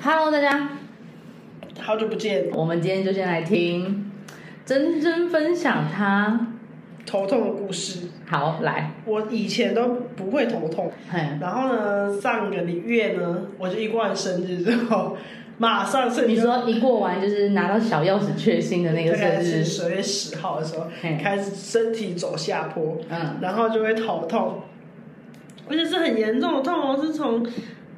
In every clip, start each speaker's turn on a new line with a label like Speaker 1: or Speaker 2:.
Speaker 1: Hello，大家，
Speaker 2: 好久不见，
Speaker 1: 我们今天就先来听珍珍分享她
Speaker 2: 头痛的故事。
Speaker 1: 好来，
Speaker 2: 我以前都不会头痛，
Speaker 1: 嘿，
Speaker 2: 然后呢，上个礼月呢，我就一过完生日之后，马上瞬
Speaker 1: 你
Speaker 2: 间
Speaker 1: 说一过完就是拿到小钥匙确信的那个
Speaker 2: 大概
Speaker 1: 生
Speaker 2: 是
Speaker 1: 日，嗯
Speaker 2: 十二月十号的时候，
Speaker 1: 嘿，
Speaker 2: 开始身体走下坡，
Speaker 1: 嗯，
Speaker 2: 然后就会头痛，而且是很严重的痛哦，是从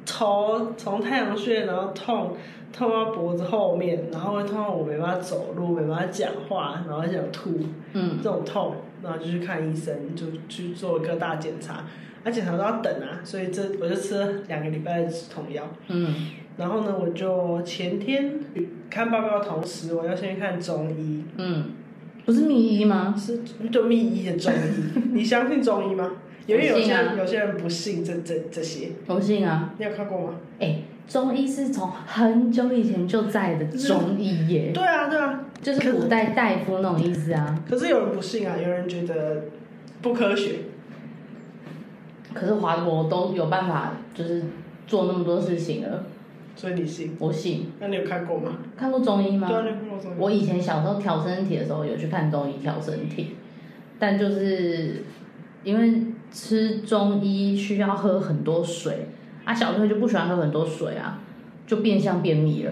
Speaker 2: 头从太阳穴，然后痛痛到脖子后面，然后会痛到我没办法走路，没办法讲话，然后想吐。
Speaker 1: 嗯，
Speaker 2: 这种痛，然后就去看医生，就去做各大检查，那、检查都要等啊，所以这我就吃了两个礼拜的止痛药。
Speaker 1: 嗯，
Speaker 2: 然后呢，我就前天看报告的同时，我要先去看中医，
Speaker 1: 嗯，不是秘医吗？
Speaker 2: 是就密医的中医。 你相信中医吗？因为有些
Speaker 1: 我
Speaker 2: 人、
Speaker 1: 信啊
Speaker 2: 有些人不信这这这些，
Speaker 1: 我信啊，
Speaker 2: 你有看过吗？
Speaker 1: 哎、中医是从很久以前就在的中医耶，
Speaker 2: 对啊，对啊。
Speaker 1: 就是古代大夫那种意思啊。
Speaker 2: 可是有人不信啊，有人觉得不科学。
Speaker 1: 可是华国都有办法，就是做那么多事情了，
Speaker 2: 所以你信？
Speaker 1: 我信。
Speaker 2: 那你有看过吗？
Speaker 1: 看过中医吗
Speaker 2: 对？啊，你有看过中医？
Speaker 1: 我以前小时候调身体的时候有去看中医调身体，但就是因为吃中医需要喝很多水，啊，小朋友就不喜欢喝很多水啊，就变相便秘了。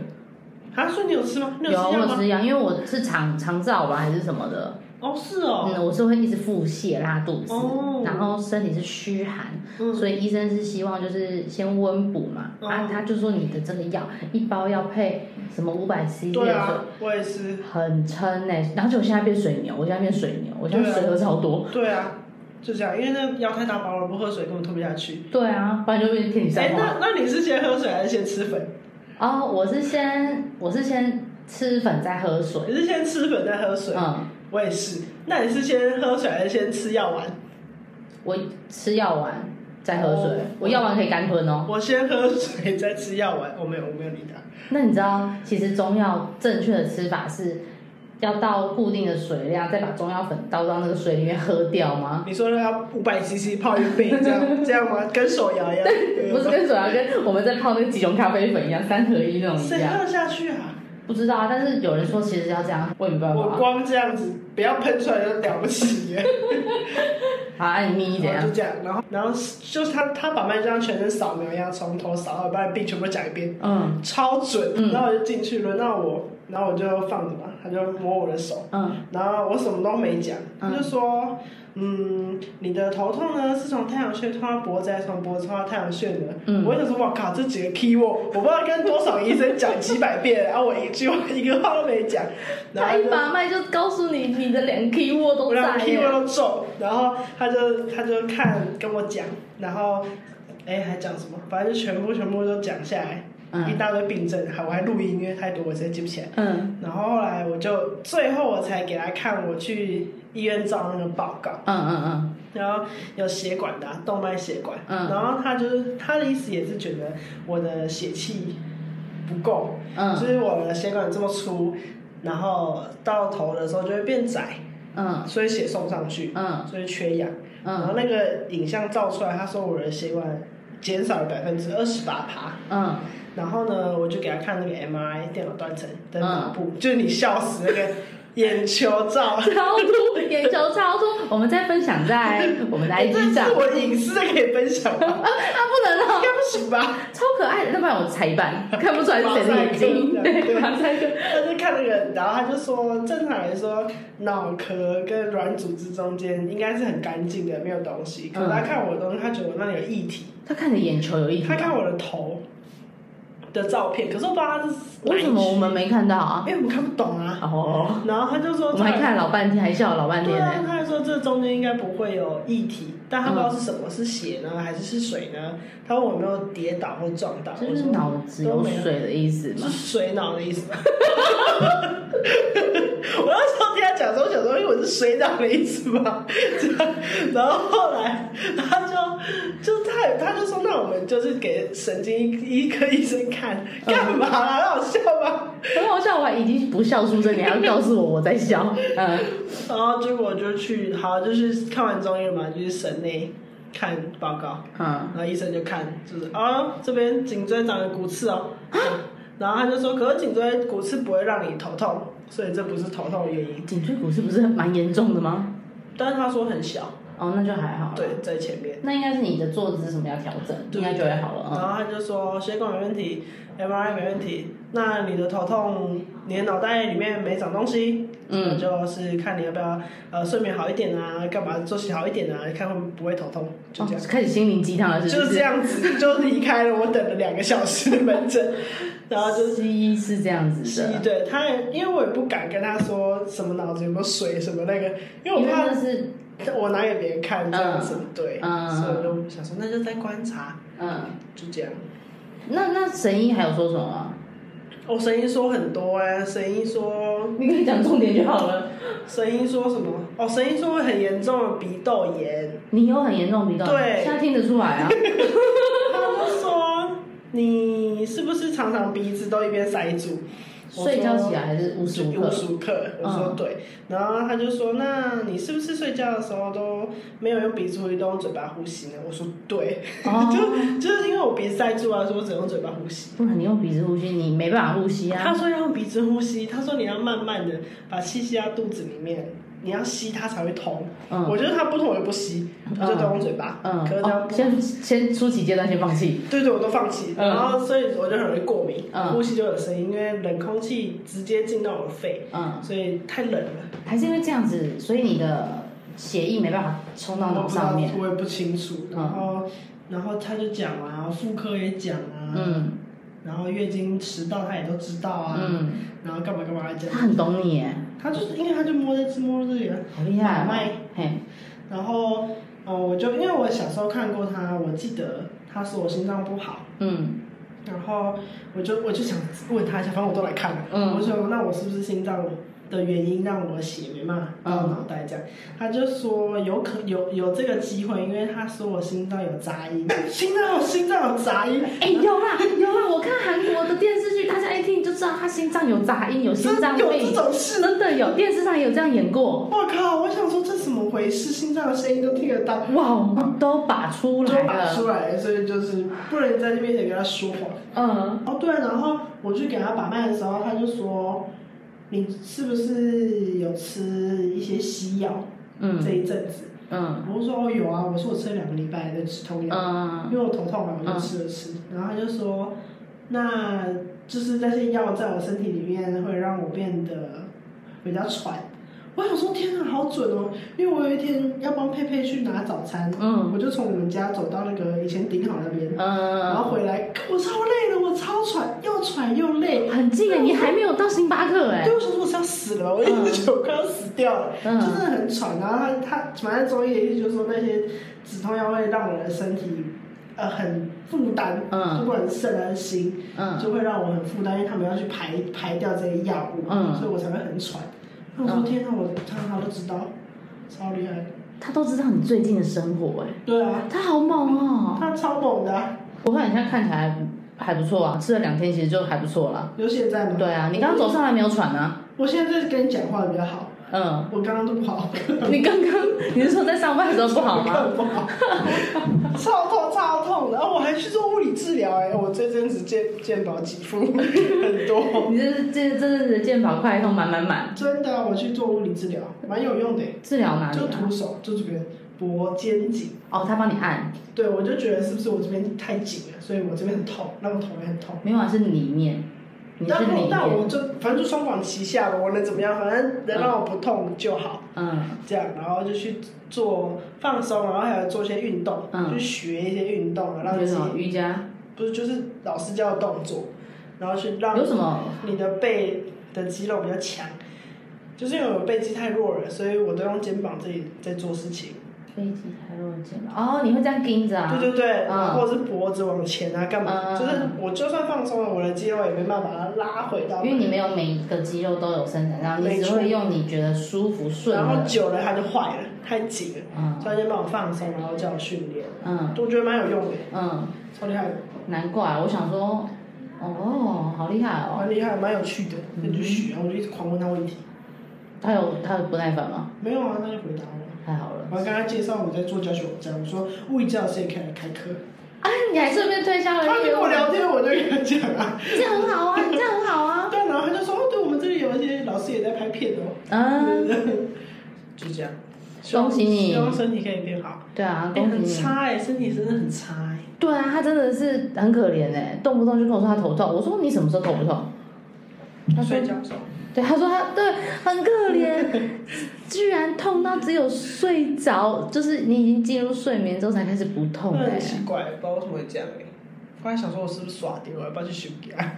Speaker 2: 啊，所以你有吃吗？你有
Speaker 1: 有
Speaker 2: 吃
Speaker 1: 我
Speaker 2: 药
Speaker 1: 有
Speaker 2: 吗？
Speaker 1: 吃药，因为我是肠肠燥吧还是什么的，
Speaker 2: 哦，是哦。
Speaker 1: 嗯，我是会一直腹泻、拉肚子，
Speaker 2: 哦
Speaker 1: 然后身体是虚寒，
Speaker 2: 嗯
Speaker 1: 所以医生是希望就是先温补嘛。啊
Speaker 2: 哦，
Speaker 1: 他就说你的这个药一包要配什么五百 CC 的
Speaker 2: 对
Speaker 1: 水，
Speaker 2: 啊，我也是。
Speaker 1: 很撑呢、然后就我现在变水牛，我现在变水牛，我现在
Speaker 2: 对啊
Speaker 1: 水喝超多。
Speaker 2: 对啊，就这样，因为那药太大包了，不喝水根本吞不下去。
Speaker 1: 对啊，不然就变天女散
Speaker 2: 哎、
Speaker 1: 花。
Speaker 2: 那那你是先喝水还是先吃粉？
Speaker 1: 哦，我是先我是先吃粉再喝水，
Speaker 2: 你是先吃粉再喝水？
Speaker 1: 嗯，
Speaker 2: 我也是。那你是先喝水还是先吃药丸？
Speaker 1: 我吃药丸再喝水
Speaker 2: 哦，
Speaker 1: 我药丸可以干吞哦。
Speaker 2: 我先喝水再吃药丸。哦我没有，我没有理他。
Speaker 1: 那你知道，其实中药正确的吃法是要到固定的水量，再把中药粉倒到那个水里面喝掉吗？
Speaker 2: 你说要五百 CC 泡一杯，这样这样吗？跟手摇一样？
Speaker 1: 不是跟水啊，跟我们在泡那个几种咖啡粉一样，三合一那种一
Speaker 2: 谁
Speaker 1: 样。
Speaker 2: 喝得下去啊？
Speaker 1: 不知道啊，但是有人说其实要这样，我也没办法
Speaker 2: 我
Speaker 1: 啊。
Speaker 2: 光这样子，不要喷出来就了不起了。
Speaker 1: 好，啊，你咪怎
Speaker 2: 然
Speaker 1: 样？
Speaker 2: 后就这样，然后然后就是他他把脉就像全身扫描一样，从头扫到把病全部都讲一遍，
Speaker 1: 嗯
Speaker 2: 超准。
Speaker 1: 嗯
Speaker 2: 然后我就进去，轮到我，然后我就放着嘛，他就摸我的手，
Speaker 1: 嗯
Speaker 2: 然后我什么都没讲，
Speaker 1: 嗯
Speaker 2: 他就说，嗯，你的头痛呢是从太阳穴痛到脖子，还是从脖子痛到太阳穴呢？
Speaker 1: 嗯，
Speaker 2: 我就想说，哇靠，这几个 key word，我不知道跟多少医生讲几百遍，然后我一句话一个话都没讲，然
Speaker 1: 他
Speaker 2: 后他
Speaker 1: 一
Speaker 2: 就
Speaker 1: 把脉就告诉你你的两 key word 都
Speaker 2: 我两
Speaker 1: 在
Speaker 2: 个 keyword
Speaker 1: 耶。
Speaker 2: 都中，然后他就他就看跟我讲，然后哎还讲什么，反正就全部全部都讲下来，一
Speaker 1: 嗯
Speaker 2: 大堆病症，还我还录音，因为太多我实在记不起来。
Speaker 1: 嗯
Speaker 2: 然后后来我就最后我才给他看我去医院照那个报告，
Speaker 1: 嗯嗯
Speaker 2: 然后有血管的啊、动脉血管，
Speaker 1: 嗯
Speaker 2: 然后他就是他的意思也是觉得我的血气不够，
Speaker 1: 嗯嗯
Speaker 2: 就是我的血管这么粗，然后到头的时候就会变窄，
Speaker 1: 嗯
Speaker 2: 所以血送上去。
Speaker 1: 嗯
Speaker 2: 所以缺氧。然
Speaker 1: 嗯
Speaker 2: 后那个影像照出来，他说我的血管减少了百分之二十八趴。
Speaker 1: 嗯，
Speaker 2: 然后呢，我就给他看那个 MRI 电脑断层的脑部，
Speaker 1: 嗯
Speaker 2: 就是你笑死那个眼球 照。
Speaker 1: 超突，眼球超突，我们再分享在我们的 IG
Speaker 2: 这
Speaker 1: 上
Speaker 2: 哎是。我隐私的可以分享 吗？
Speaker 1: 啊，不能
Speaker 2: 应
Speaker 1: 哦，
Speaker 2: 该不行吧？
Speaker 1: 超可爱的，要不然我裁一半，看不出来是谁的眼睛。
Speaker 2: 马赛克
Speaker 1: 对，马赛克。
Speaker 2: 他就看那个，然后他就说，正常来说，脑壳跟软组织中间应该是很干净的，没有东西。
Speaker 1: 嗯
Speaker 2: 可是他看我的东西，他觉得我那里有液体，
Speaker 1: 他看你眼球有异
Speaker 2: 他
Speaker 1: 样。
Speaker 2: 看我的头的照片，可是我不知道他是哪一
Speaker 1: 为什么
Speaker 2: 区
Speaker 1: 我们没看到啊？
Speaker 2: 因为我们看不懂啊。
Speaker 1: 哦，
Speaker 2: 然后他就说，
Speaker 1: 我们还看了老半天，还笑了老半
Speaker 2: 对
Speaker 1: 天
Speaker 2: 啊，
Speaker 1: 呢。
Speaker 2: 他还说这中间应该不会有液体，但他不知道是什么，是血呢，还是是水呢？他问我有没有跌倒或撞到，
Speaker 1: 就
Speaker 2: 我
Speaker 1: 是
Speaker 2: 说
Speaker 1: 脑子有水的意思
Speaker 2: 是
Speaker 1: 嘛？
Speaker 2: 水脑的意思。 我那时候听他讲说，我想说，因为哎我是水脑的意思嘛。 这样然后后来他就就他也他就说，那我们就是给神经医科医生看
Speaker 1: 嗯
Speaker 2: 干嘛啦？很好笑吗？
Speaker 1: 很好笑，我还已经不笑出声，你还要告诉我我在笑。 嗯
Speaker 2: 然后结果就去，好就是看完中医了嘛，就是神内看报告，
Speaker 1: 嗯，
Speaker 2: 然后医生就看，就是啊、这边颈椎长了骨刺哦，然后他就说，可是颈椎骨刺不会让你头痛，所以这不是头痛原因。
Speaker 1: 颈椎骨是不是蛮严重的吗？
Speaker 2: 但是他说很小，
Speaker 1: 哦，那就还好。
Speaker 2: 对，，在前面。
Speaker 1: 那应该是你的坐姿什么要调整，
Speaker 2: 对
Speaker 1: 应该就会好了。
Speaker 2: 然
Speaker 1: 嗯
Speaker 2: 后他就说血管没问题，MRI 没问题，那你的头痛，你的脑袋里面没长东西，
Speaker 1: 嗯，
Speaker 2: 就是看你要不要呃睡眠好一点啊，干嘛作息好一点啊，看会不会头痛，就
Speaker 1: 哦
Speaker 2: 这样。，
Speaker 1: 开始心灵鸡汤了，是
Speaker 2: 就
Speaker 1: 不
Speaker 2: 这
Speaker 1: 是？
Speaker 2: 样子就离开了，我等了两个小时的门诊，然后就
Speaker 1: 西医啊是啊这样子的，
Speaker 2: 对他也，因为我也不敢跟他说什么脑子有没有水什么那个，因为我
Speaker 1: 因为
Speaker 2: 怕
Speaker 1: 那是
Speaker 2: 我拿给别人看这样子，对，
Speaker 1: 嗯
Speaker 2: 所以我就想说那就再观察，
Speaker 1: 嗯，
Speaker 2: 就这样。
Speaker 1: 那那神医还有说什么啊？
Speaker 2: 我、哦、神医说很多哎、神医说
Speaker 1: 你跟你讲重点就好了。
Speaker 2: 神医说什么？哦，神医说很严重的鼻窦炎，
Speaker 1: 你有很严重鼻窦炎，
Speaker 2: 对
Speaker 1: 现在听得出来 啊。
Speaker 2: 他就说你是不是常常鼻子都一边塞住？我说
Speaker 1: 睡觉起来还是无时无
Speaker 2: 无
Speaker 1: 刻，
Speaker 2: 时无刻，我说
Speaker 1: 嗯
Speaker 2: 对，然后他就说，那你是不是睡觉的时候都没有用鼻子呼吸，都用嘴巴呼吸呢？我说对，
Speaker 1: 哦
Speaker 2: 就就是因为我鼻子塞住啊，所以我只能用嘴巴呼吸。
Speaker 1: 不然你用鼻子呼吸，你没办法呼吸
Speaker 2: 他
Speaker 1: 啊。
Speaker 2: 说要用鼻子呼吸，他说你要慢慢的把气吸到肚子里面，你要吸它才会通。
Speaker 1: 嗯
Speaker 2: 我觉得他不通我就不吸，我就都用嘴巴。
Speaker 1: 嗯，
Speaker 2: 可是他
Speaker 1: 哦，
Speaker 2: 不
Speaker 1: 先先初期阶段先放弃。
Speaker 2: 对对，我都放弃，
Speaker 1: 嗯
Speaker 2: 然后所以我就很容易过敏，
Speaker 1: 嗯
Speaker 2: 呼吸就有声音，因为冷空气直接进到我的肺，
Speaker 1: 嗯，
Speaker 2: 所以太冷了。
Speaker 1: 还是因为这样子，所以你的血液没办法冲到
Speaker 2: 我
Speaker 1: 脑
Speaker 2: 不知道
Speaker 1: 上面。
Speaker 2: 我也不清楚。
Speaker 1: 嗯
Speaker 2: 然后，然后他就讲啊，妇科也讲啊，
Speaker 1: 嗯
Speaker 2: 然后月经迟到他也都知道啊，
Speaker 1: 嗯，
Speaker 2: 然后干嘛干嘛讲
Speaker 1: 他，很懂你耶，
Speaker 2: 他就是因为他就摸在摸这里啊，
Speaker 1: 好厉害
Speaker 2: 买
Speaker 1: 哦。嘿，
Speaker 2: 然后，呃，我就因为我小时候看过他，我记得他说我心脏不好，
Speaker 1: 嗯
Speaker 2: 然后我就我就想问他一下，反正我都来看了，
Speaker 1: 嗯
Speaker 2: 我就想那我是不是心脏的原因让我的血没办法
Speaker 1: 嗯
Speaker 2: 到脑袋这样？他就说有可有有这个机会，因为他说我心脏有 杂音，心脏有心脏有杂音，
Speaker 1: 哎、有啦有啦，我看韩国的电视剧，大家一听就知道他心脏有杂音，有心脏
Speaker 2: 真有这
Speaker 1: 病，
Speaker 2: 种事？
Speaker 1: 真的有，电视上也有这样演过。
Speaker 2: 我靠！我想说这怎么回事？心脏的声音都听得到，
Speaker 1: 哇，我们都把出
Speaker 2: 我就
Speaker 1: 来
Speaker 2: 把
Speaker 1: 了。
Speaker 2: 出来，所以就是不能在这面前跟他说谎。
Speaker 1: 嗯，
Speaker 2: 哦，对，然后我去给他把脉的时候，他就说：“你是不是有吃一些西药？”这
Speaker 1: 嗯
Speaker 2: 一阵子，
Speaker 1: 嗯
Speaker 2: 我就说哦有啊，我说我吃了两个礼拜的止痛药，
Speaker 1: 嗯
Speaker 2: 因为我头痛嘛，我就吃了吃，然后他就说，那就是那些药在我身体里面会让我变得比较喘。我想说天啊，好准哦！因为我有一天要帮佩佩去拿早餐，
Speaker 1: 嗯
Speaker 2: 我就从我们家走到那个以前顶好那边，然
Speaker 1: 嗯，
Speaker 2: 后回来，我超累的，我超喘，又喘又累。
Speaker 1: 很近哎，你还没有到星巴克哎
Speaker 2: 对，。我想说我是要死了吧，我一直觉得我快要死掉了。就真
Speaker 1: 嗯
Speaker 2: 的很喘。然后他他反正中医的意思就是说那些止痛药会让我的身体呃很负担，
Speaker 1: 嗯
Speaker 2: 就不管是肾还是心，
Speaker 1: 嗯
Speaker 2: 就会让我很负担，因为他们要去排排掉这些药物，
Speaker 1: 嗯
Speaker 2: 所以我才会很喘。那我说、
Speaker 1: 嗯
Speaker 2: 天哪，我他他都知道，超厉害。
Speaker 1: 他都知道你最近的生活哎，
Speaker 2: 对啊，
Speaker 1: 他好猛哦。
Speaker 2: 他超猛的、啊，
Speaker 1: 我看你现在看起来还不错啊，吃了两天其实就还不错啦。
Speaker 2: 有现在吗？
Speaker 1: 对啊，你刚刚走上来没有喘啊？
Speaker 2: 我现在在跟你讲话比较好，
Speaker 1: 嗯，
Speaker 2: 我刚刚都不好，
Speaker 1: 你刚刚你是说在上班的时候不好 吗？
Speaker 2: 更不好，超痛超痛的，然后我还去做物理治疗哎、我这阵子健健保给付很多。
Speaker 1: 你这是这这阵子的健保快通满满满，
Speaker 2: 真的啊，我去做物理治疗，蛮有用的欸，
Speaker 1: 治疗哪里
Speaker 2: 就
Speaker 1: 啊？
Speaker 2: 徒手，就这边脖肩颈。
Speaker 1: 哦，他帮你按，
Speaker 2: 对，我就觉得是不是我这边太紧了，所以我这边很痛，那我头也很痛。
Speaker 1: 没有啊，是里面，你是
Speaker 2: 但
Speaker 1: 里
Speaker 2: 那
Speaker 1: 面，
Speaker 2: 我就反正就双管齐下了，我能怎么样？反正能让我不痛就好，
Speaker 1: 嗯
Speaker 2: 这样，然后就去做放松，然后还有做一些运动，
Speaker 1: 嗯
Speaker 2: 去学一些运动啊，
Speaker 1: 你
Speaker 2: 让
Speaker 1: 觉得
Speaker 2: 自
Speaker 1: 什么
Speaker 2: 己
Speaker 1: 瑜伽？
Speaker 2: 不是就是老师教的动作，然后去让
Speaker 1: 有什么？
Speaker 2: 你的背的肌肉比较强，就是因为我背肌太弱了，所以我都用肩膀自己在做事情。
Speaker 1: 飞机还落肩膀哦，你会这样盯着啊？
Speaker 2: 对对对，
Speaker 1: 嗯
Speaker 2: 或者是脖子往前啊，干嘛？
Speaker 1: 嗯嗯嗯
Speaker 2: 就是我就算放松了，我的肌肉也没办法把它拉回到。
Speaker 1: 因为你没有每一个肌肉都有伸展，然后你只会用你觉得舒服顺
Speaker 2: 然后
Speaker 1: 的，
Speaker 2: 久了它就坏了，太紧了。
Speaker 1: 嗯
Speaker 2: 所以就帮我放松，然后叫我训练，
Speaker 1: 嗯
Speaker 2: 我觉得蛮有用的，
Speaker 1: 嗯，
Speaker 2: 超厉害的，
Speaker 1: 难怪啊我想说，哦，好厉害哦！
Speaker 2: 蛮厉害，蛮有趣的。那你就学啊，我就一直狂问他问题，
Speaker 1: 他有他有不耐烦吗？
Speaker 2: 没有啊，他就回答我。
Speaker 1: 太好了，
Speaker 2: 我还跟他介绍我在做教学网站，我说物理教师也可以来开课。
Speaker 1: 啊，你还顺便推销了
Speaker 2: 他
Speaker 1: 一
Speaker 2: 跟
Speaker 1: 个
Speaker 2: 我，聊天，我就跟他讲啊。
Speaker 1: 这很好啊，你
Speaker 2: 哦
Speaker 1: 啊，
Speaker 2: 就这样。
Speaker 1: 恭喜你
Speaker 2: 希望身体可以变好。
Speaker 1: 对啊，
Speaker 2: 哎
Speaker 1: 恭
Speaker 2: 很
Speaker 1: 喜你。
Speaker 2: 差哎、身体真的很差哎、
Speaker 1: 对啊，他真的是很可怜哎、动不动就跟我说他头痛。我说你什么时候头不痛？他说
Speaker 2: 睡觉的时候，
Speaker 1: 对，他说他对很可怜，居然痛到只有睡着，就是你已经进入睡眠之后才开始不痛
Speaker 2: 那
Speaker 1: 哎、
Speaker 2: 很奇怪，不知道为什么会这样哎、后来想说，我是不是耍丢，我要不要去休 假？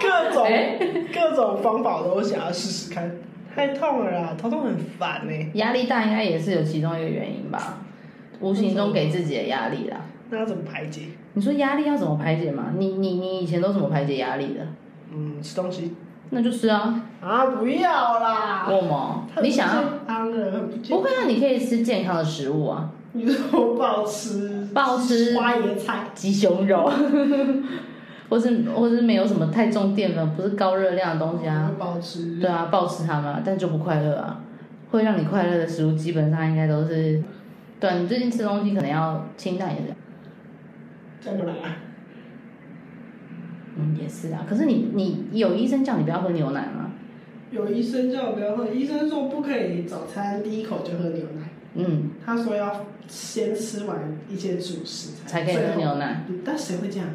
Speaker 2: 各种、
Speaker 1: 哎
Speaker 2: 各种方法我都想要试试看。太痛了啦，头痛很烦欸呢、
Speaker 1: 压力大应该也是有其中一个原因吧，无形中给自己的压力啦。
Speaker 2: 那要怎么排解？
Speaker 1: 你说压力要怎么排解嘛？你你你以前都怎么排解压力的？
Speaker 2: 嗯，吃东西
Speaker 1: 那就是啊，
Speaker 2: 啊，不要啦！
Speaker 1: 我吗
Speaker 2: 啊它？很
Speaker 1: 你想要
Speaker 2: 不健康的，很不健
Speaker 1: 不会啊？你可以吃健康的食物啊，
Speaker 2: 你说不好吃，
Speaker 1: 不好吃
Speaker 2: 花椰菜，
Speaker 1: 鸡胸肉， 或是或是没有什么太重淀粉，不是高热量的东西啊。
Speaker 2: 不好吃。
Speaker 1: 对啊，暴食它们啊，但就不快乐啊。会让你快乐的食物，基本上应该都是，对啊、你最近吃东西可能要清淡一点。
Speaker 2: 再不来啊，
Speaker 1: 嗯，也是啊。可是你你有医生叫你不要喝牛奶吗？
Speaker 2: 有医生叫我不要喝，医生说不可以早餐第一口就喝牛奶，
Speaker 1: 嗯，
Speaker 2: 他说要先吃完一些主食
Speaker 1: 才可以
Speaker 2: 最
Speaker 1: 喝
Speaker 2: 后
Speaker 1: 牛奶。
Speaker 2: 嗯但谁会这样？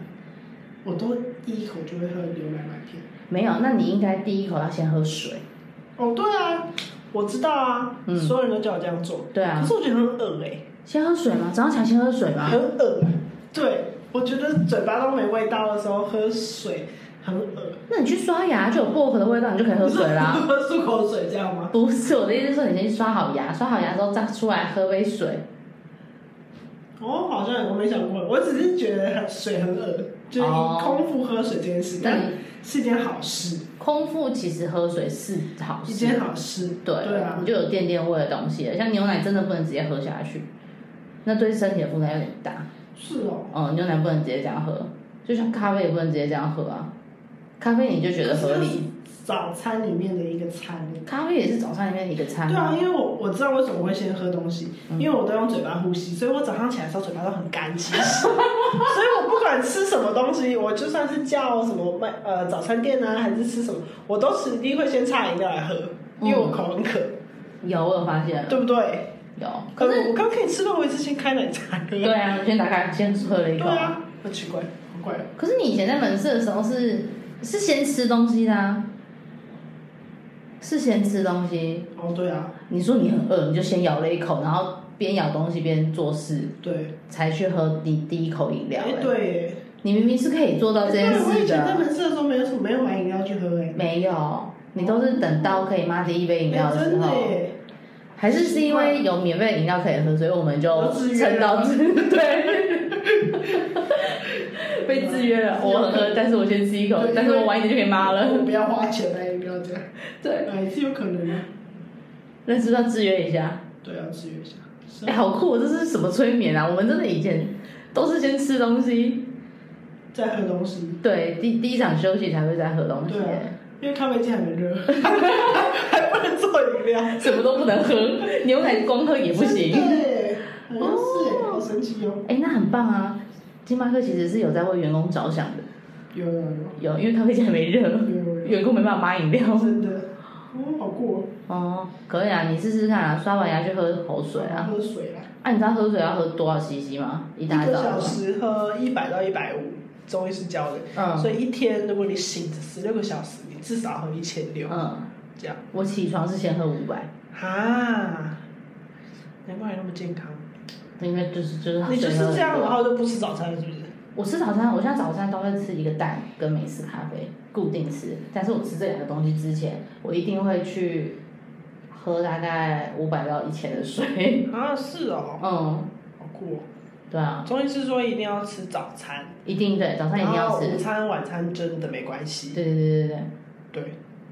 Speaker 2: 我都第一口就会喝牛奶麦片。
Speaker 1: 没有，那你应该第一口要先喝水。
Speaker 2: 哦，对啊，我知道啊，
Speaker 1: 嗯
Speaker 2: 所有人都叫我这样做。
Speaker 1: 对啊
Speaker 2: 可是我觉得很恶哎、
Speaker 1: 先喝水吗？早上起来先喝水吗？
Speaker 2: 很恶。对，我觉得嘴巴都没味道的时候喝水很恶。
Speaker 1: 那你去刷牙就有薄荷的味道，你就可以喝水啦。
Speaker 2: 喝 漱口水这样吗？
Speaker 1: 不是我的意思，是说你先去刷好牙，刷好牙之后再出来喝杯水。
Speaker 2: 哦，好像我没想过，我只是觉得水很恶，就是
Speaker 1: 哦
Speaker 2: 空腹喝水这件事，
Speaker 1: 但
Speaker 2: 但是一件好事，
Speaker 1: 空腹其实喝水是好
Speaker 2: 一
Speaker 1: 事，
Speaker 2: 件好事。
Speaker 1: 对，
Speaker 2: 对啊
Speaker 1: 你，就有垫垫味的东西了。像牛奶真的不能直接喝下去，那对身体的负担有点大。
Speaker 2: 是哦。
Speaker 1: 嗯，牛奶不能直接这样喝，就像咖啡也不能直接这样喝啊。咖啡你就觉得合理，嗯
Speaker 2: 早餐里面的一个餐。
Speaker 1: 咖啡也是早餐里面的一个餐
Speaker 2: 对。啊，因为我我知道为什么我会先喝东西，
Speaker 1: 嗯
Speaker 2: 因为我都用嘴巴呼吸，所以我早上起来的时候嘴巴都很干，其实。 所以我不管吃什么东西，我就算是叫什么麦呃早餐店啊，还是吃什么，我都是一定会先插饮料来喝，因为我口很渴，
Speaker 1: 有，我有发现了，
Speaker 2: 对不对？
Speaker 1: 有。
Speaker 2: 可
Speaker 1: 嗯可
Speaker 2: 是
Speaker 1: 是，
Speaker 2: 我刚可以吃饭，我也是先开奶茶喝。
Speaker 1: 对啊，我先打开，先喝了一
Speaker 2: 对
Speaker 1: 口。
Speaker 2: 啊，很奇怪，好怪哦。
Speaker 1: 可是你以前在门市的时候是是先吃东西的、啊，是先吃东西。
Speaker 2: 哦，对啊，
Speaker 1: 你说你很饿，你就先咬了一口，然后边咬东西边做事，
Speaker 2: 对，
Speaker 1: 才去喝你第一口饮料、
Speaker 2: 哎
Speaker 1: 欸
Speaker 2: 对耶，
Speaker 1: 你明明是可以做到这件
Speaker 2: 对我以
Speaker 1: 事
Speaker 2: 前在
Speaker 1: 的，
Speaker 2: 门市的时候没有什么没有买饮料去喝哎，
Speaker 1: 没有，你都是等到可以妈第一杯饮料
Speaker 2: 哎
Speaker 1: 的时
Speaker 2: 真的
Speaker 1: 候，
Speaker 2: 耶。
Speaker 1: 还是是因为有免费饮料可以喝，所以我们就
Speaker 2: 都自愿
Speaker 1: 撑到
Speaker 2: 了
Speaker 1: 对。被制约 了，我很饿，但是我先吃一口
Speaker 2: 对，
Speaker 1: 但是我晚一点就可以妈了。
Speaker 2: 我不要花钱买饮料这样，
Speaker 1: 对，
Speaker 2: 哎，是有可能的。
Speaker 1: 那是不是要制约一下？
Speaker 2: 对啊，制约一下。是
Speaker 1: 哎、
Speaker 2: 啊
Speaker 1: 好酷！这是什么催眠啊？我们真的以前都是先吃东西，
Speaker 2: 在喝东西，
Speaker 1: 对，第第一场休息才会再喝东西、
Speaker 2: 对啊因为咖啡机还没 热，还不能做饮料，
Speaker 1: 什么都不 能喝，牛奶光喝也不行。哦
Speaker 2: 对，好像哎是耶，好神奇哦。
Speaker 1: 哎、那很棒啊！星巴克其实是有在为员工着想的，
Speaker 2: 有有
Speaker 1: 有，因为咖啡机还没热，
Speaker 2: 有有
Speaker 1: 员工没办法买饮料
Speaker 2: 有，。真的，哦，好过哦。
Speaker 1: 哦，可以啊，你试试看啊，刷完牙去喝口水啊。
Speaker 2: 喝水啦，
Speaker 1: 啊，你知道喝水要喝多少 CC 吗？一
Speaker 2: 一
Speaker 1: 大
Speaker 2: 个
Speaker 1: 早
Speaker 2: 小
Speaker 1: 吗。
Speaker 2: 时喝一百到一百五，中医师教的。
Speaker 1: 嗯
Speaker 2: 所以一天如果你醒着十六个小时，你至少喝一千六，
Speaker 1: 嗯，
Speaker 2: 这样
Speaker 1: 我起床是先喝五百，
Speaker 2: 啊，难怪你那么健康。
Speaker 1: 因为就是就是
Speaker 2: 你就是
Speaker 1: 水喝
Speaker 2: 这
Speaker 1: 很
Speaker 2: 样，
Speaker 1: 多
Speaker 2: 然后就不吃早餐了，是不是？
Speaker 1: 我吃早餐，我现在早餐都会吃一个蛋跟美式咖啡，固定吃。但是我吃这两个东西之前，我一定会去喝大概五百到一千的水。
Speaker 2: 啊，是哦，
Speaker 1: 嗯，
Speaker 2: 好酷哦。
Speaker 1: 对啊，
Speaker 2: 中医是说一定要吃早餐，
Speaker 1: 一定对，早餐一定要
Speaker 2: 然后午
Speaker 1: 吃。
Speaker 2: 餐、晚餐真的没关系。
Speaker 1: 对对对对对
Speaker 2: 对，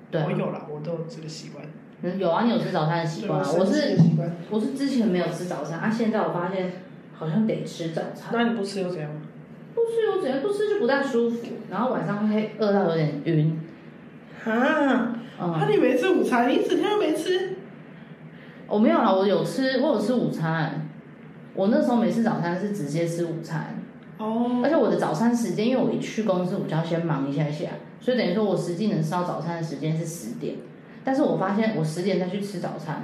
Speaker 1: 对
Speaker 2: 我
Speaker 1: 对
Speaker 2: 有啦，我都有这个习惯。
Speaker 1: 嗯，有啊，你有吃早餐的习惯啊？
Speaker 2: 对
Speaker 1: 我
Speaker 2: 生吃
Speaker 1: 是
Speaker 2: 的习惯。
Speaker 1: 我是之前没有吃早餐啊，现在我发现好像得吃早餐。
Speaker 2: 那你不吃又怎样？
Speaker 1: 不吃我只能不吃就不大舒服，然后晚上会饿到有点晕。
Speaker 2: 啊，
Speaker 1: 嗯，
Speaker 2: 那你没吃午餐，你整天都没吃。
Speaker 1: 我哦没有啦，我有吃，我有吃午餐。我那时候每次早餐是直接吃午餐，而
Speaker 2: 哦，
Speaker 1: 且我的早餐时间，因为我一去公司我就要先忙一下下，所以等于说我实际能吃到早餐的时间是十点。但是我发现我十点再去吃早餐，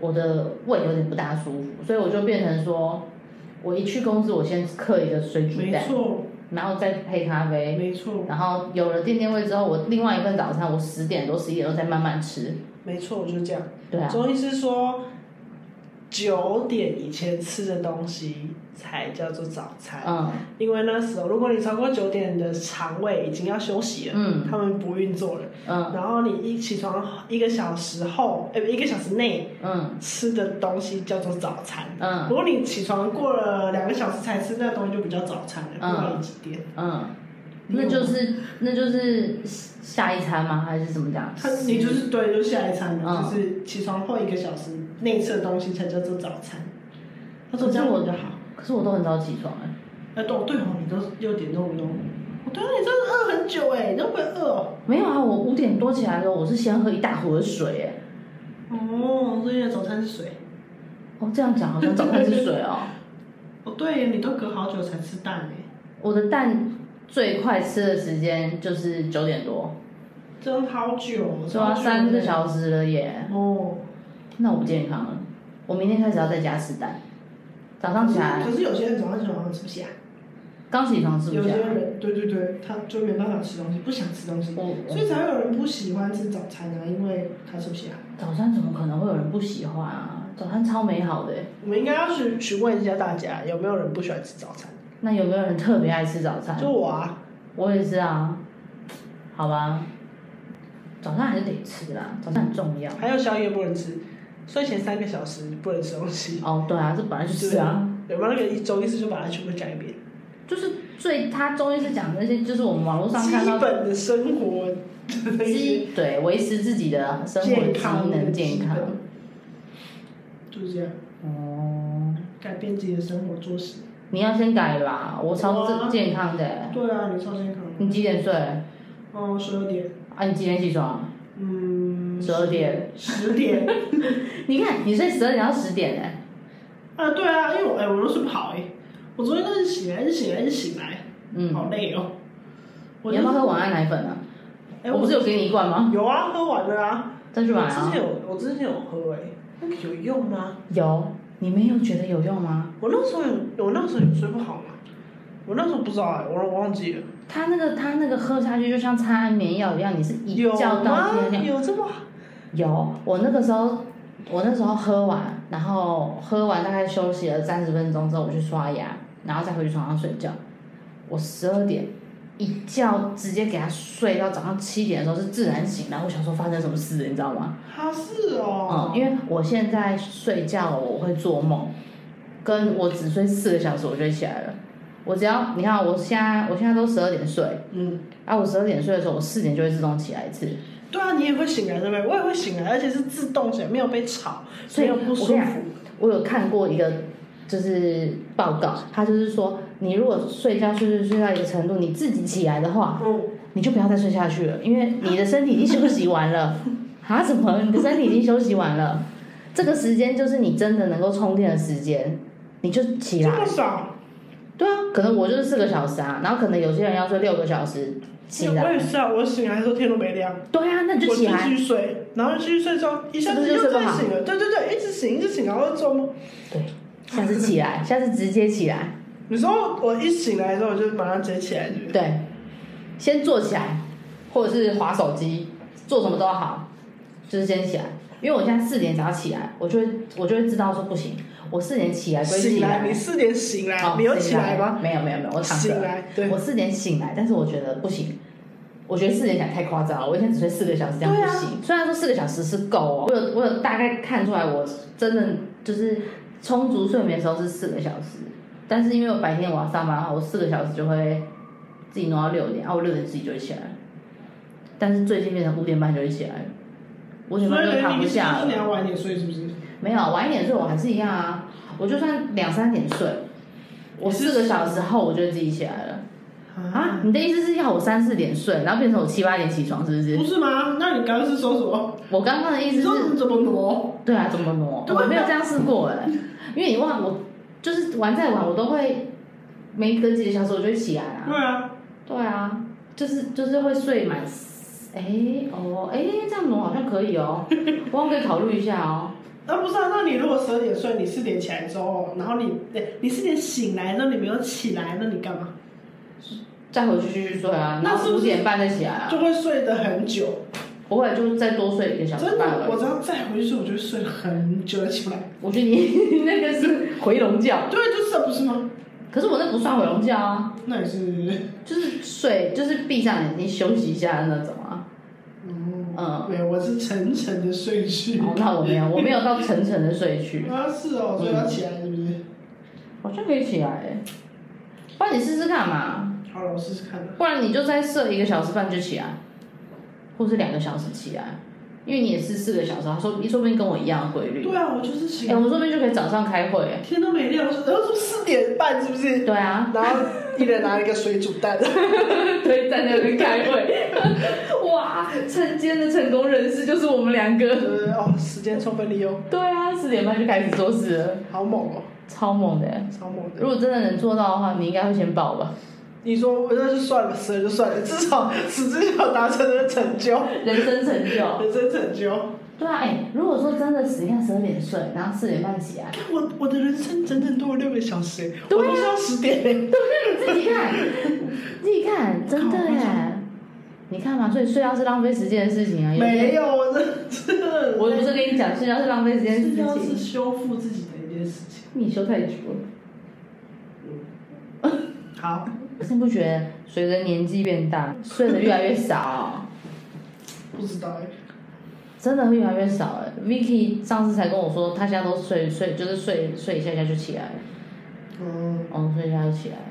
Speaker 1: 我的胃有点不大舒服，所以我就变成说，我一去公司我先刻一个水煮
Speaker 2: 没
Speaker 1: 蛋，
Speaker 2: 错，
Speaker 1: 然后再配咖啡，
Speaker 2: 没错，
Speaker 1: 然后有了垫垫胃之后，我另外一份早餐我十点多十一点多再慢慢吃。
Speaker 2: 没错，我就这样。
Speaker 1: 对啊，
Speaker 2: 中医师说，九点以前吃的东西才叫做早餐，
Speaker 1: 嗯
Speaker 2: 因为那时候哦如果你超过九点，你的肠胃已经要休息了，
Speaker 1: 嗯
Speaker 2: 他们不运作了。
Speaker 1: 嗯
Speaker 2: 然后你一起床一个小时后，呃，一个小时内
Speaker 1: 嗯
Speaker 2: 吃的东西叫做早餐。
Speaker 1: 嗯
Speaker 2: 如果你起床过了两个小时才吃，那东西就不叫早餐了，
Speaker 1: 嗯
Speaker 2: 不管你几点。
Speaker 1: 嗯，
Speaker 2: 你有
Speaker 1: 那就是那就是下一餐吗？还是怎么讲？
Speaker 2: 他你就是对，就下一餐了，
Speaker 1: 嗯
Speaker 2: 就是起床后一个小时内吃的东西才叫做早餐。他说这样
Speaker 1: 可是我
Speaker 2: 比较好。
Speaker 1: 可是我都很早起床哎、
Speaker 2: 哎，对对哦，你都六点多五点多，我对啊，你真的饿很久哎，你都不会饿哦。
Speaker 1: 没有啊，我五点多起来的时候，我是先喝一大壶的水哎、
Speaker 2: 哦，所以你的早餐是水。
Speaker 1: 哦，这样讲好像早餐是水 哦。
Speaker 2: 哦，对耶，你都隔好久才吃蛋哎，
Speaker 1: 我的蛋最快吃的时间就是九点多，
Speaker 2: 真好久哦，
Speaker 1: 对啊，
Speaker 2: 超久的
Speaker 1: 三个小时了耶。
Speaker 2: 哦。
Speaker 1: 那我不健康了，我明天开始要在家吃蛋。早上起来
Speaker 2: 可是有些人早上起来吃不下，
Speaker 1: 刚起床吃不
Speaker 2: 有
Speaker 1: 下
Speaker 2: 些，人对对对，他就没办法吃东西，不想吃东西，
Speaker 1: 我
Speaker 2: 所以才会有人不喜欢吃早餐啊，因为他吃不下。
Speaker 1: 早餐怎么可能会有人不喜欢啊？早餐超美好的耶、欸
Speaker 2: 我们应该要询询问一下大家，有没有人不喜欢吃早餐？
Speaker 1: 那有没有人特别爱吃早餐？
Speaker 2: 就我啊，
Speaker 1: 我也是啊，好吧，早上还是得吃啦，早上很重要。
Speaker 2: 还有宵夜不能吃，睡前三个小时不能吃东西。
Speaker 1: 哦，对啊，这本来就是啊，
Speaker 2: 有没有那个一周医师就把它全部讲一遍？
Speaker 1: 就是最他中医是讲的那些，就是我们网络上看
Speaker 2: 基
Speaker 1: 到
Speaker 2: 本的生活的那些
Speaker 1: 基对维持自己的生活
Speaker 2: 健
Speaker 1: 机
Speaker 2: 康的
Speaker 1: 能健康
Speaker 2: 基。本，就是这样，
Speaker 1: 哦，
Speaker 2: 改变自己的生活作息。
Speaker 1: 你要先改吧，我超
Speaker 2: 我啊
Speaker 1: 自健康的欸。
Speaker 2: 对啊，你超健康。
Speaker 1: 你几点睡？
Speaker 2: 哦，十二点，
Speaker 1: 啊，你几点起床？
Speaker 2: 嗯，
Speaker 1: 十二点。
Speaker 2: 十点。
Speaker 1: 你看，你睡十二点到十点哎，
Speaker 2: 啊，对啊，因为我哎、我都睡不好哎、我昨天都是醒来，一直醒来，一直醒来，
Speaker 1: 嗯，
Speaker 2: 好累哦。我
Speaker 1: 你要
Speaker 2: 就
Speaker 1: 不
Speaker 2: 是
Speaker 1: 要喝晚安奶粉啊？
Speaker 2: 哎、
Speaker 1: 我不
Speaker 2: 我
Speaker 1: 是有给你一罐吗？
Speaker 2: 有啊，喝完了啊。
Speaker 1: 再去买
Speaker 2: 我之
Speaker 1: 啊
Speaker 2: 前。有，我之前有喝哎、那个有用吗？
Speaker 1: 有，你没有觉得有用吗？
Speaker 2: 我那时候有，我那时候有睡不好吗？我那时候不知道哎、我我忘记了。
Speaker 1: 它那个它那个喝下去就像擦安眠药一样，你是一
Speaker 2: 有
Speaker 1: 觉到
Speaker 2: 吗
Speaker 1: 天？亮。
Speaker 2: 有这么好？
Speaker 1: 有，我那个时候，我那时候喝完，然后喝完大概休息了三十分钟之后，我去刷牙，然后再回去床上睡觉。我十二点一觉直接给他睡到早上七点的时候是自然醒，然后我想说发生什么事了，你知道吗？
Speaker 2: 他是哦
Speaker 1: 嗯，，因为我现在睡觉我会做梦，跟我只睡四个小时我就会起来了。我只要你看，我现在我现在都十二点睡，
Speaker 2: 嗯，
Speaker 1: 啊，我十二点睡的时候，我四点就会自动起来一次。
Speaker 2: 对啊，你也会醒来对不对？我也会醒来，而且是自动醒来，没有被吵，
Speaker 1: 所
Speaker 2: 没
Speaker 1: 以
Speaker 2: 有不舒
Speaker 1: 我跟你
Speaker 2: 服。
Speaker 1: 我有看过一个就是报告，他就是说，你如果睡觉睡睡睡到一个程度，你自己起来的话，
Speaker 2: 嗯，
Speaker 1: 你就不要再睡下去了，因为你的身体已经休息完了。啊？怎么？你的身体已经休息完了？这个时间就是你真的能够充电的时间，你就起
Speaker 2: 这
Speaker 1: 来。
Speaker 2: 么少，
Speaker 1: 对啊，可能我就是四个小时啊，然后可能有些人要睡六个小时起
Speaker 2: 我
Speaker 1: 来。
Speaker 2: 也是啊，我醒来的时候天都没亮。
Speaker 1: 对啊，那你就
Speaker 2: 我
Speaker 1: 起
Speaker 2: 就
Speaker 1: 来。
Speaker 2: 继续睡，然后继续睡之后，一下子又再醒了，对对对，一直醒一直醒，然后做梦。
Speaker 1: 对，下次起来，下次直接起来。
Speaker 2: 你说我一醒来的时候，我就马上直接起来，对不对？
Speaker 1: 对，先坐起来，或者是划手机，做什么都好，就是先起来。因为我现在四点只要起来，我就会我就会知道说不行，我四点起来归
Speaker 2: 醒
Speaker 1: 起
Speaker 2: 来，你四点醒来，
Speaker 1: 啊哦
Speaker 2: 你有起
Speaker 1: 醒
Speaker 2: 来
Speaker 1: 来
Speaker 2: 吗？？
Speaker 1: 没有没有没有，我躺
Speaker 2: 醒
Speaker 1: 着。
Speaker 2: 来，对，
Speaker 1: 我四点醒来，但是我觉得不行。我觉得四点起来太夸张了，我一天只睡四个小时，这样不
Speaker 2: 对啊
Speaker 1: 行。虽然说四个小时是够哦，我有我有大概看出来，我真的就是充足睡眠的时候是四个小时，但是因为我白天我要上班的话，我四个小时就会自己挪到六点，啊，我六点自己就会起来了，但是最近变成五点半就会起来了，五
Speaker 2: 所
Speaker 1: 点
Speaker 2: 以
Speaker 1: 半就躺
Speaker 2: 你
Speaker 1: 不
Speaker 2: 意思
Speaker 1: 下
Speaker 2: 就是
Speaker 1: 了
Speaker 2: 你。要晚点睡，是不是？
Speaker 1: 没有晚一点睡，我还是一样啊，我就算两三点睡，我
Speaker 2: 你是
Speaker 1: 四个小时后我就会自己起来了。啊，
Speaker 2: 啊，
Speaker 1: 你的意思是要我三四点睡，然后变成我七八点起床，是不是？
Speaker 2: 不是吗？那你刚刚是说什么？
Speaker 1: 我刚刚的意
Speaker 2: 你
Speaker 1: 思
Speaker 2: 说
Speaker 1: 是，
Speaker 2: 你怎么挪？
Speaker 1: 对啊，怎么挪？
Speaker 2: 对啊
Speaker 1: 我没有这样试过哎、因为你忘我，就是玩再晚，我都会每隔几个小时我就会起来啊。
Speaker 2: 对啊，
Speaker 1: 对啊，就是就是会睡满哎、哦，哎、这样子好像可以哦，我好像可以考虑一下哦。
Speaker 2: 那、不是啊？那你如果十二点睡，你四点起来之后，然后你对你四点醒来，那你没有起来，那你干嘛？
Speaker 1: 再回去继续睡啊，
Speaker 2: 那
Speaker 1: 然
Speaker 2: 是
Speaker 1: 后
Speaker 2: 不
Speaker 1: 五
Speaker 2: 是
Speaker 1: 点半再起来啊，
Speaker 2: 就会睡得很久。
Speaker 1: 不会就再多睡一个小时
Speaker 2: 真
Speaker 1: 半
Speaker 2: 的，
Speaker 1: 而
Speaker 2: 我
Speaker 1: 已。
Speaker 2: 只要再回去睡，我就会睡很久起不来。
Speaker 1: 我觉得你 那个是回笼觉，
Speaker 2: 对，就是这不是吗？
Speaker 1: 可是我那不算回笼觉啊，
Speaker 2: 那也是，
Speaker 1: 就是睡，就是闭上眼睛休息一下的那种啊。
Speaker 2: 嗯，
Speaker 1: 嗯
Speaker 2: 对，我是沉沉的睡去。
Speaker 1: 哦，那我没 有，我没有到沉沉的睡去，
Speaker 2: 啊，是
Speaker 1: 嗯
Speaker 2: 哦，所以要起来是不是？
Speaker 1: 好像可以起来、欸。不然你试试看嘛，
Speaker 2: 好了，我试试看啊。
Speaker 1: 不然你就再设一个小时半就起来，或是两个小时起来，因为你也是四个小时，说你说不定跟我一样的规律。
Speaker 2: 对啊，我就是
Speaker 1: 哎、
Speaker 2: 醒，
Speaker 1: 我们说不定就可以早上开会、欸。
Speaker 2: 天都没亮，然后说呃四点半是 不是？
Speaker 1: 对啊，
Speaker 2: 然后一人拿一个水煮蛋，
Speaker 1: 对，在那边开会。 哇，晨间的成功人士就是我们两个。
Speaker 2: 呃，哦，时间充分利用，
Speaker 1: 对啊，四点半就开始做事了，
Speaker 2: 好猛哦，
Speaker 1: 超猛的。
Speaker 2: 超猛的。
Speaker 1: 如果真的能做到的话，你应该会先报吧。
Speaker 2: 你说那就算了，死了就算了，至少 死至少达成了成就，
Speaker 1: 人生成就。
Speaker 2: 人生成就。
Speaker 1: 对啊，哎、如果说真的十点十二点睡，然后四点半起来，
Speaker 2: 我我的人生整整多了六个小时，
Speaker 1: 对啊
Speaker 2: 我都是要十点嘞。
Speaker 1: 你自己看，自己看，真的耶。你看嘛，所以睡觉是浪费时间的事情啊。有些
Speaker 2: 没，有，我这这
Speaker 1: 我不是跟你讲，睡觉是浪费时间
Speaker 2: 睡
Speaker 1: 的
Speaker 2: 觉
Speaker 1: 事
Speaker 2: 是
Speaker 1: 情。
Speaker 2: 修复自己的一件事情。
Speaker 1: 你休太久了。
Speaker 2: 好，
Speaker 1: 可是你不觉得随着年纪变大，睡得越来越少，
Speaker 2: 不知道哎，
Speaker 1: 真的会越来越少哎、Vicky 上次才跟我说，她现在都睡睡，就是睡睡一下下就起来了，
Speaker 2: 嗯，
Speaker 1: 哦，睡一下就起来了。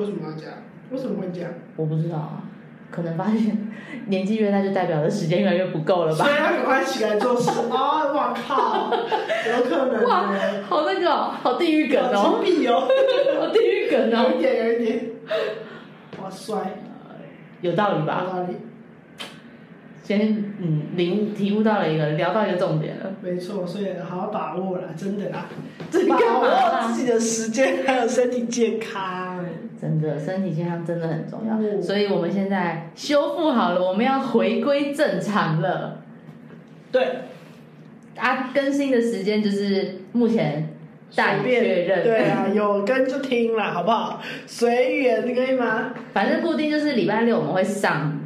Speaker 2: 为什么要这样？为什么会这样？
Speaker 1: 我不知道啊，可能发现年纪越大，就代表的时间越来越不够了
Speaker 2: 所
Speaker 1: 吧
Speaker 2: 以？要赶快起来 做事啊！我靠， 有可能
Speaker 1: 哇
Speaker 2: 欸，
Speaker 1: 好那个、哦，好地狱梗
Speaker 2: 好
Speaker 1: 哦，
Speaker 2: 屁哦，
Speaker 1: 好地狱梗哦，
Speaker 2: 有一点，有一点，哇帅，
Speaker 1: 有道理吧？
Speaker 2: 哪里？
Speaker 1: 今天嗯，领悟体悟到了一个，聊到一个重点了。
Speaker 2: 没错，所以好好把握啦，真的啦，
Speaker 1: 这
Speaker 2: 把
Speaker 1: 干嘛
Speaker 2: 握
Speaker 1: 啦？
Speaker 2: 自己的时间还有身体健康。
Speaker 1: 真的，身体健康真的很重要，
Speaker 2: 嗯
Speaker 1: 所以我们现在修复好了，我们要回归正常了。
Speaker 2: 对，
Speaker 1: 啊，更新的时间就是目前待
Speaker 2: 随便
Speaker 1: 确认，
Speaker 2: 对啊，有跟就听啦，好不好？随缘，可以吗？
Speaker 1: 反正固定就是礼拜六我们会上，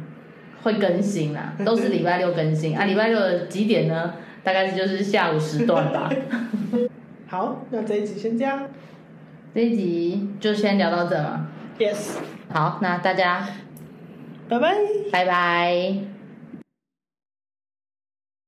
Speaker 1: 会更新啦，都是礼拜六更新啊。礼拜六的几点呢？大概就是下午时段吧。
Speaker 2: 好，那这一集先这样。
Speaker 1: 这一集就先聊到这嘛。
Speaker 2: Yes，
Speaker 1: 好，那大家
Speaker 2: 拜拜。
Speaker 1: 拜拜。